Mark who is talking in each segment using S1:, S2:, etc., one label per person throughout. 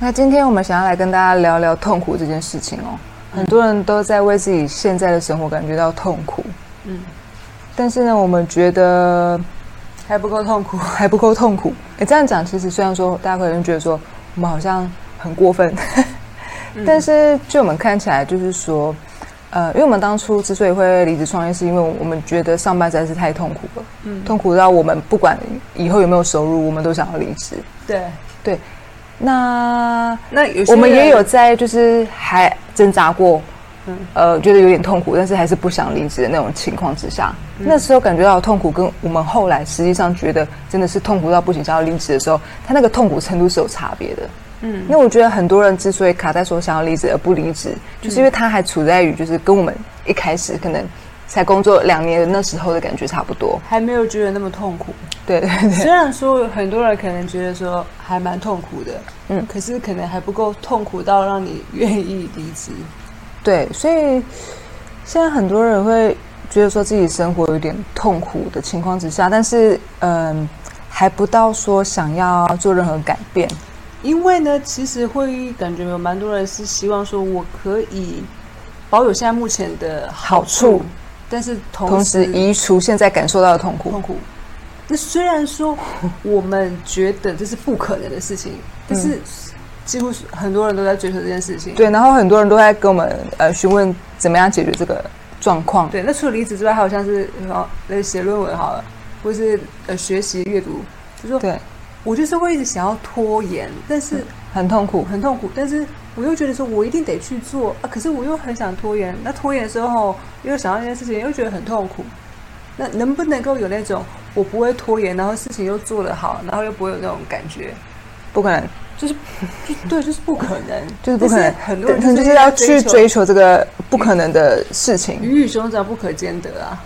S1: 那今天我们想要来跟大家聊聊痛苦这件事情哦。很多人都在为自己现在的生活感觉到痛苦，嗯，但是呢，我们觉得还不够 痛苦，还不够痛苦。哎，这样讲其实虽然说大家可能觉得说我们好像很过分， 但是就我们看起来就是说，呃，因为我们当初之所以会离职创业，是因为我们觉得上班实在是太痛苦了，嗯，痛苦到我们不管以后有没有收入，我们都想要离职。
S2: 对，
S1: 对，那
S2: 那有些
S1: 我们也有
S2: 人
S1: 在，就是还挣扎过，呃，觉得有点痛苦，但是还是不想离职的那种情况之下，那时候感觉到的痛苦，跟我们后来实际上觉得真的是痛苦到不行，想要离职的时候，他那个痛苦程度是有差别的。嗯，那我觉得很多人之所以卡在说想要离职而不离职，就是因为他还处在于就是跟我们一开始可能才工作两年的那时候的感觉差不多。
S2: 还没有觉得那么痛苦。
S1: 对对对，
S2: 虽然说很多人可能觉得说还蛮痛苦的，嗯，可是可能还不够痛苦到让你愿意离职。
S1: 对，所以现在很多人会觉得说自己生活有点痛苦的情况之下，但是嗯，还不到说想要做任何改变。
S2: 因为呢，其实会感觉有蛮多人是希望说我可以保有现在目前的好
S1: 好
S2: 处
S1: 处，
S2: 但是嗯同
S1: 同时
S2: 时
S1: 移除现在感受到的痛苦
S2: 痛，苦。那虽然说我们觉得这是不可能的事情，但是几乎是很多人都在追求这件事情。
S1: 对，然后很多人都在跟我们呃询问怎么样解决这个状况，
S2: 对，那除了离职之外，还有像是呃，类似写论文好了，或是呃学习阅读，就说
S1: 对，
S2: 我就是会一直想要拖延，但是
S1: 很痛苦，
S2: 很痛苦，但是我又觉得说我一定得去做啊，可是我又很想拖延，那拖延的时候又想到那件事情，又觉得很痛苦。那能不能够有那种我不会拖延，然后事情又做得好，然后又不会有那种感觉？
S1: 不可能，
S2: 就是，就对，就是不可能，
S1: 就是不可能
S2: 但，很多人
S1: 但就是
S2: 在
S1: 要去
S2: 求嗯
S1: 追求这个不可能的事情，
S2: 鱼与熊掌不可兼得啊。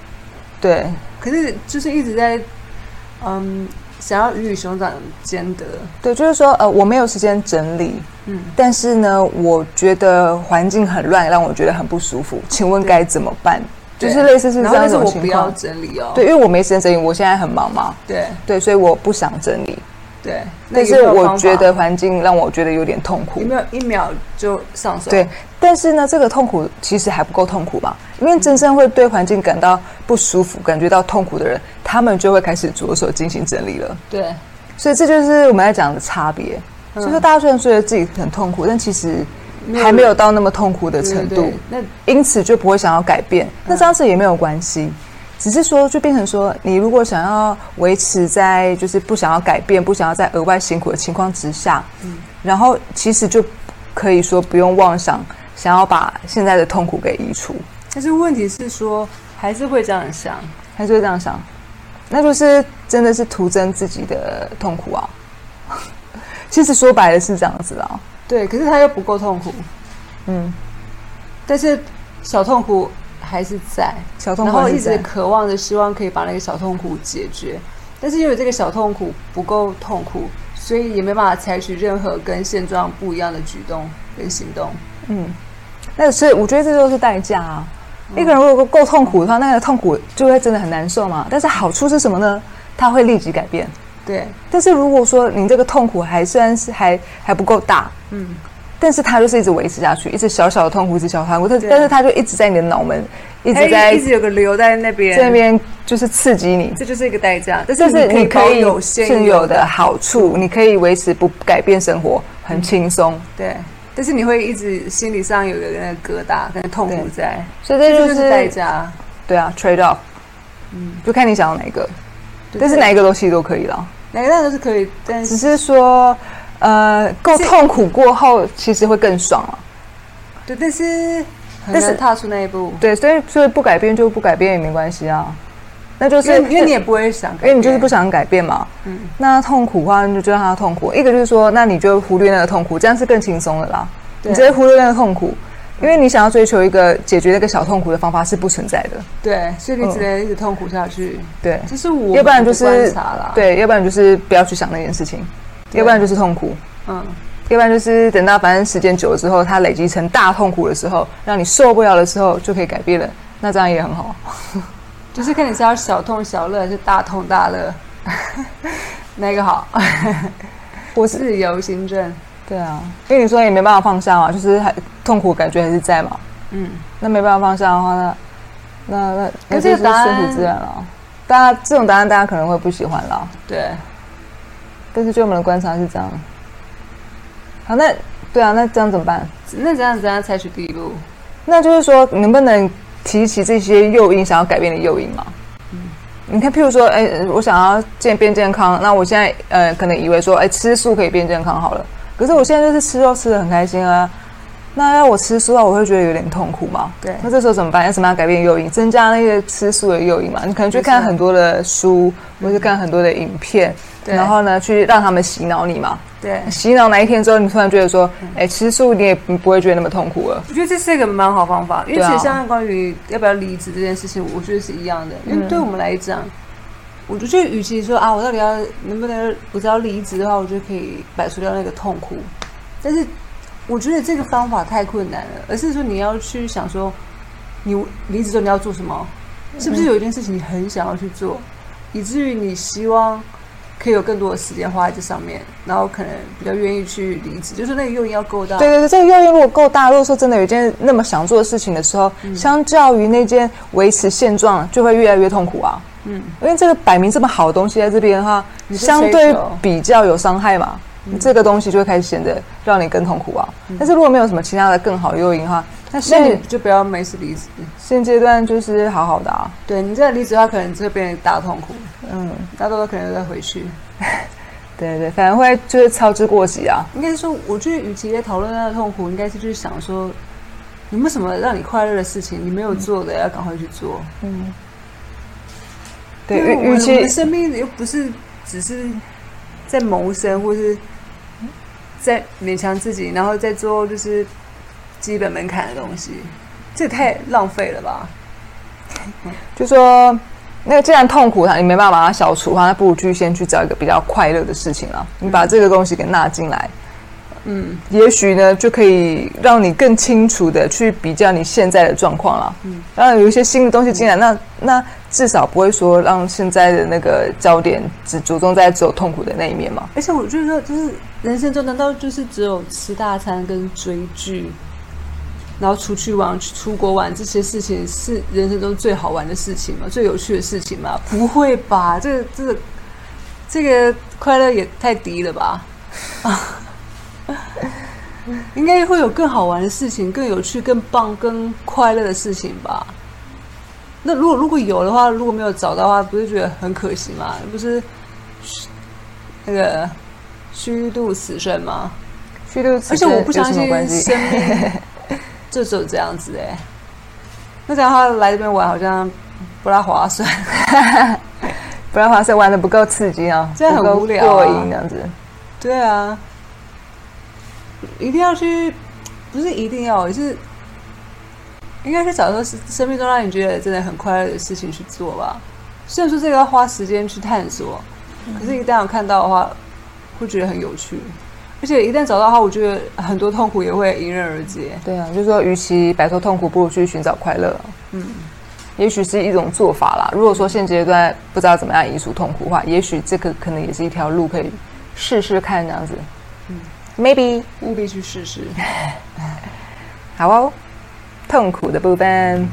S1: 对，
S2: 可是就是一直在，嗯，想要鱼与熊掌兼得，
S1: 对，就是说，呃，我没有时间整理，嗯
S2: 嗯，
S1: 但是呢，我觉得环境很乱，让我觉得很不舒服。请问该怎么办？就是类似是
S2: 然
S1: 这
S2: 后
S1: 样
S2: 但
S1: 一
S2: 是
S1: 种
S2: 我
S1: 情
S2: 不要
S1: 况。
S2: 整理哦，
S1: 对，因为我没时间整理，我现在很忙嘛，
S2: 对
S1: 对，所以我不想整理。
S2: 对，那
S1: 但
S2: 有
S1: 是
S2: 没有
S1: 我
S2: 方
S1: 觉
S2: 法
S1: 得环境让我觉得有点痛苦
S2: 有。没有一秒就上手？
S1: 对，但是呢，这个痛苦其实还不够痛苦吧？因为真正会对环境感到不舒服、感觉到痛苦的人，他们就会开始着手进行整理了。
S2: 对
S1: 所以这就是我们在讲的差别。所以说，大家虽然觉得自己很痛苦，但其实还没有到那么痛苦的
S2: 对
S1: 程
S2: 对
S1: 度
S2: 对，，那
S1: 因此就不会想要改变。那这样子也没有关系，只是说就变成说，你如果想要维持在就是不想要改变、不想要再额外辛苦的情况之下，然后其实就可以说不用妄想想要把现在的痛苦给移除，
S2: 但是问题是说还是会这样想，
S1: 他就会这样想，那就是真的是徒增自己的痛苦啊。 其实说白了是这样子啊。
S2: 对，可是他又不够痛苦，
S1: 嗯，
S2: 但是小痛苦还是在，
S1: 小痛苦
S2: 然后
S1: 还是
S2: 一直
S1: 在
S2: 渴望着希望可以把那个小痛苦解决，但是又有这个小痛苦不够痛苦，所以也没办法采取任何跟现状不一样的举动跟行动。
S1: 那是我觉得这就是代价啊。
S2: 嗯
S1: 一个人如果够痛苦的话，那个痛苦就会真的很难受嘛。但是好处是什么呢？他会立即改变。
S2: 对，
S1: 但是如果说你这个痛苦还虽然是还还不够大，嗯，但是它就是一直维持下去，一直小小的痛苦，一直小小的痛苦，但是
S2: 对
S1: 但是它就一直在你的脑门，一
S2: 哎
S1: 直在
S2: 一直有个留在那边，
S1: 这边就是刺激你。
S2: 这就是一个代价，但
S1: 就是是
S2: 你
S1: 你
S2: 可
S1: 可
S2: 以
S1: 以
S2: 有现
S1: 现
S2: 有
S1: 有
S2: 的
S1: 的，好处，你可以维持不改变生活，很轻松。
S2: 对，但是你会一直心理上有一个那个疙瘩跟痛苦
S1: 对
S2: 在，
S1: 所以这
S2: 这
S1: 就
S2: 就是是代价。
S1: 对啊，trade off，嗯，就看你想要哪一个，但是哪一个东西都可以啦。
S2: 哪个代价都是可以，但
S1: 只是
S2: 是
S1: 说，呃，够
S2: 是
S1: 痛苦过后，其实会更爽啊。
S2: 对，但是很
S1: 但是
S2: 难踏出那一步，
S1: 对，所以所以不改变就不改变也没关系啊。那就
S2: 因
S1: 是
S2: 为因为你也不会想改
S1: 因
S2: 变，
S1: 为你就是不想改变嘛。嗯，那痛苦的话，你就就让它痛苦。一个就是说，那你就忽略那个痛苦，这样是更轻松的啦。你直接忽略那个痛苦，因为你想要追求一个解决那个小痛苦的方法是不存在的。
S2: 对，所以你只能一直痛苦下去。
S1: 对，
S2: 这是我
S1: 嗯要不然就
S2: 们的
S1: 是
S2: 观察啦，，
S1: 对，要不然就是不要去想那件事情，要不然就是痛苦。
S2: 嗯，
S1: 要不然就是等到反正时间久了之后，它累积成大痛苦的时候，让你受不了的时候，就可以改变了。那这样也很好。
S2: 就是看你是要小痛小乐还是大痛 大乐，哪一个好？
S1: 我是
S2: 自由行政，
S1: 对啊，因为你说也没办法放下嘛，就是还痛苦感觉还是在嘛。
S2: 嗯，
S1: 那没办法放下的话，那那那
S2: 可
S1: 那
S2: 这
S1: 就
S2: 个
S1: 是
S2: 答案
S1: 顺其自然了。大家这种答案大家可能会不喜欢啦，
S2: 对，
S1: 但是就我们的观察是这样。好，那对啊，那这样怎么办？
S2: 那怎样怎样采取第一步？
S1: 那就是说，能不能提起这些诱因，想要改变的诱因嘛？你看，譬如说，哎、呃我想要健变健康，那我现在呃，可能以为说，哎、吃素可以变健康好了。可是我现在就是吃肉吃的很开心啊，那要我吃素的话，我会觉得有点痛苦嘛。
S2: 对
S1: 那这时候怎么办？要怎么样改变诱因？增加那个吃素的诱因嘛？你可能去看
S2: 没错
S1: 很多的书，或是看很多的影片，
S2: 嗯对
S1: 然后呢，去让他们洗脑你嘛。
S2: 对，
S1: 洗脑哪一天之后，你突然觉得说，
S2: 嗯
S1: 哎、吃素你也不会觉得那么痛苦了。
S2: 我觉得这是一个蛮好方法，因为
S1: 对
S2: 其
S1: 啊
S2: 实像关于要不要离职这件事情，我觉得是一样的。因
S1: 嗯
S2: 为对我们来讲，我觉得与其说啊，我到底要能不能我只要离职的话，我就可以摆除掉那个痛苦。但是我觉得这个方法太困难了，而是说你要去想说，你离职之后你要做什么？
S1: 嗯
S2: 是不是有一件事情你很想要去做，以至于你希望可以有更多的时间花在这上面，然后可能比较愿意去离职，就是那个诱因要够大。
S1: 对对对，这个诱因如果够大，如果说真的有一件那么想做的事情的时候，
S2: 嗯
S1: 相较于那件维持现状，就会越来越痛苦啊。
S2: 嗯。
S1: 因为这个摆明这么好的东西在这边的话，
S2: 你不
S1: 相
S2: 追
S1: 对
S2: 求嗯
S1: 比较有伤害嘛，这个东西就会开始显得让你更痛苦啊。但是如果没有什么其他的更好的诱因的话，那
S2: 那你
S1: 现
S2: 就不要没事离职。
S1: 现阶段就是好好的啊。
S2: 对你这样离职的话，可能就会变成大痛苦，
S1: 嗯，
S2: 大多都可能再回去。
S1: 对对，反而会就是操之过急啊。
S2: 应该是说，我觉得与其在讨论那个痛苦，应该是去想说，有没有什么让你快乐的事情，你没有做的，要赶快去做。
S1: 对，
S2: 因为我
S1: 与
S2: 们
S1: 与
S2: 我们
S1: 其
S2: 的生命又不是只是在谋生，或是在勉强自己，然后再做就是基本门槛的东西，这也太浪费了吧？
S1: 就说那既然痛苦它你没办法把它消除的话，那不如去先去找一个比较快乐的事情了。你把这个东西给纳进来，
S2: 嗯，
S1: 也许呢就可以让你更清楚的去比较你现在的状况了。嗯，然后有一些新的东西进来，那那至少不会说让现在的那个焦点只着重在只有痛苦的那一面嘛。
S2: 而且我就是说，就是人生中难道就是只有吃大餐跟追剧，然后出去玩、去出国玩这些事情是人生中最好玩的事情吗？最有趣的事情吗？不会吧，这个这个这个快乐也太低了吧！ 应该会有更好玩的事情、更有趣、更棒、更快乐的事情吧？那如果如果有的话，如果没有找到的话，不是觉得很可惜吗？不是那个虚度此生吗？
S1: 虚度此
S2: 而且
S1: 生
S2: 我不
S1: 有
S2: 相
S1: 什
S2: 信
S1: 么关系
S2: 生。命就只有这样子哎、 那这样的话来这边玩好像不大划算，
S1: 不然华生玩的不够刺激啊，
S2: 这样很
S1: 不够
S2: 无聊啊
S1: 过瘾这样子。
S2: 对啊，一定要去，不是一定要，就是应该是找到生生命中让你觉得真的很快乐的事情去做吧。虽然说这个要花时间去探索，可是一旦有看到的话，会觉得很有趣，而且一旦找到的话，我觉得很多痛苦也会迎刃而解。
S1: 对啊，就是说，与其摆脱痛苦，不如去寻找快乐。嗯，也许是一种做法啦。如果说现阶段不知道怎么样移除痛苦的话，也许这个可能也是一条路，可以试试看这样子。嗯，maybe
S2: 务必去试试。
S1: 好哦。痛苦的部分，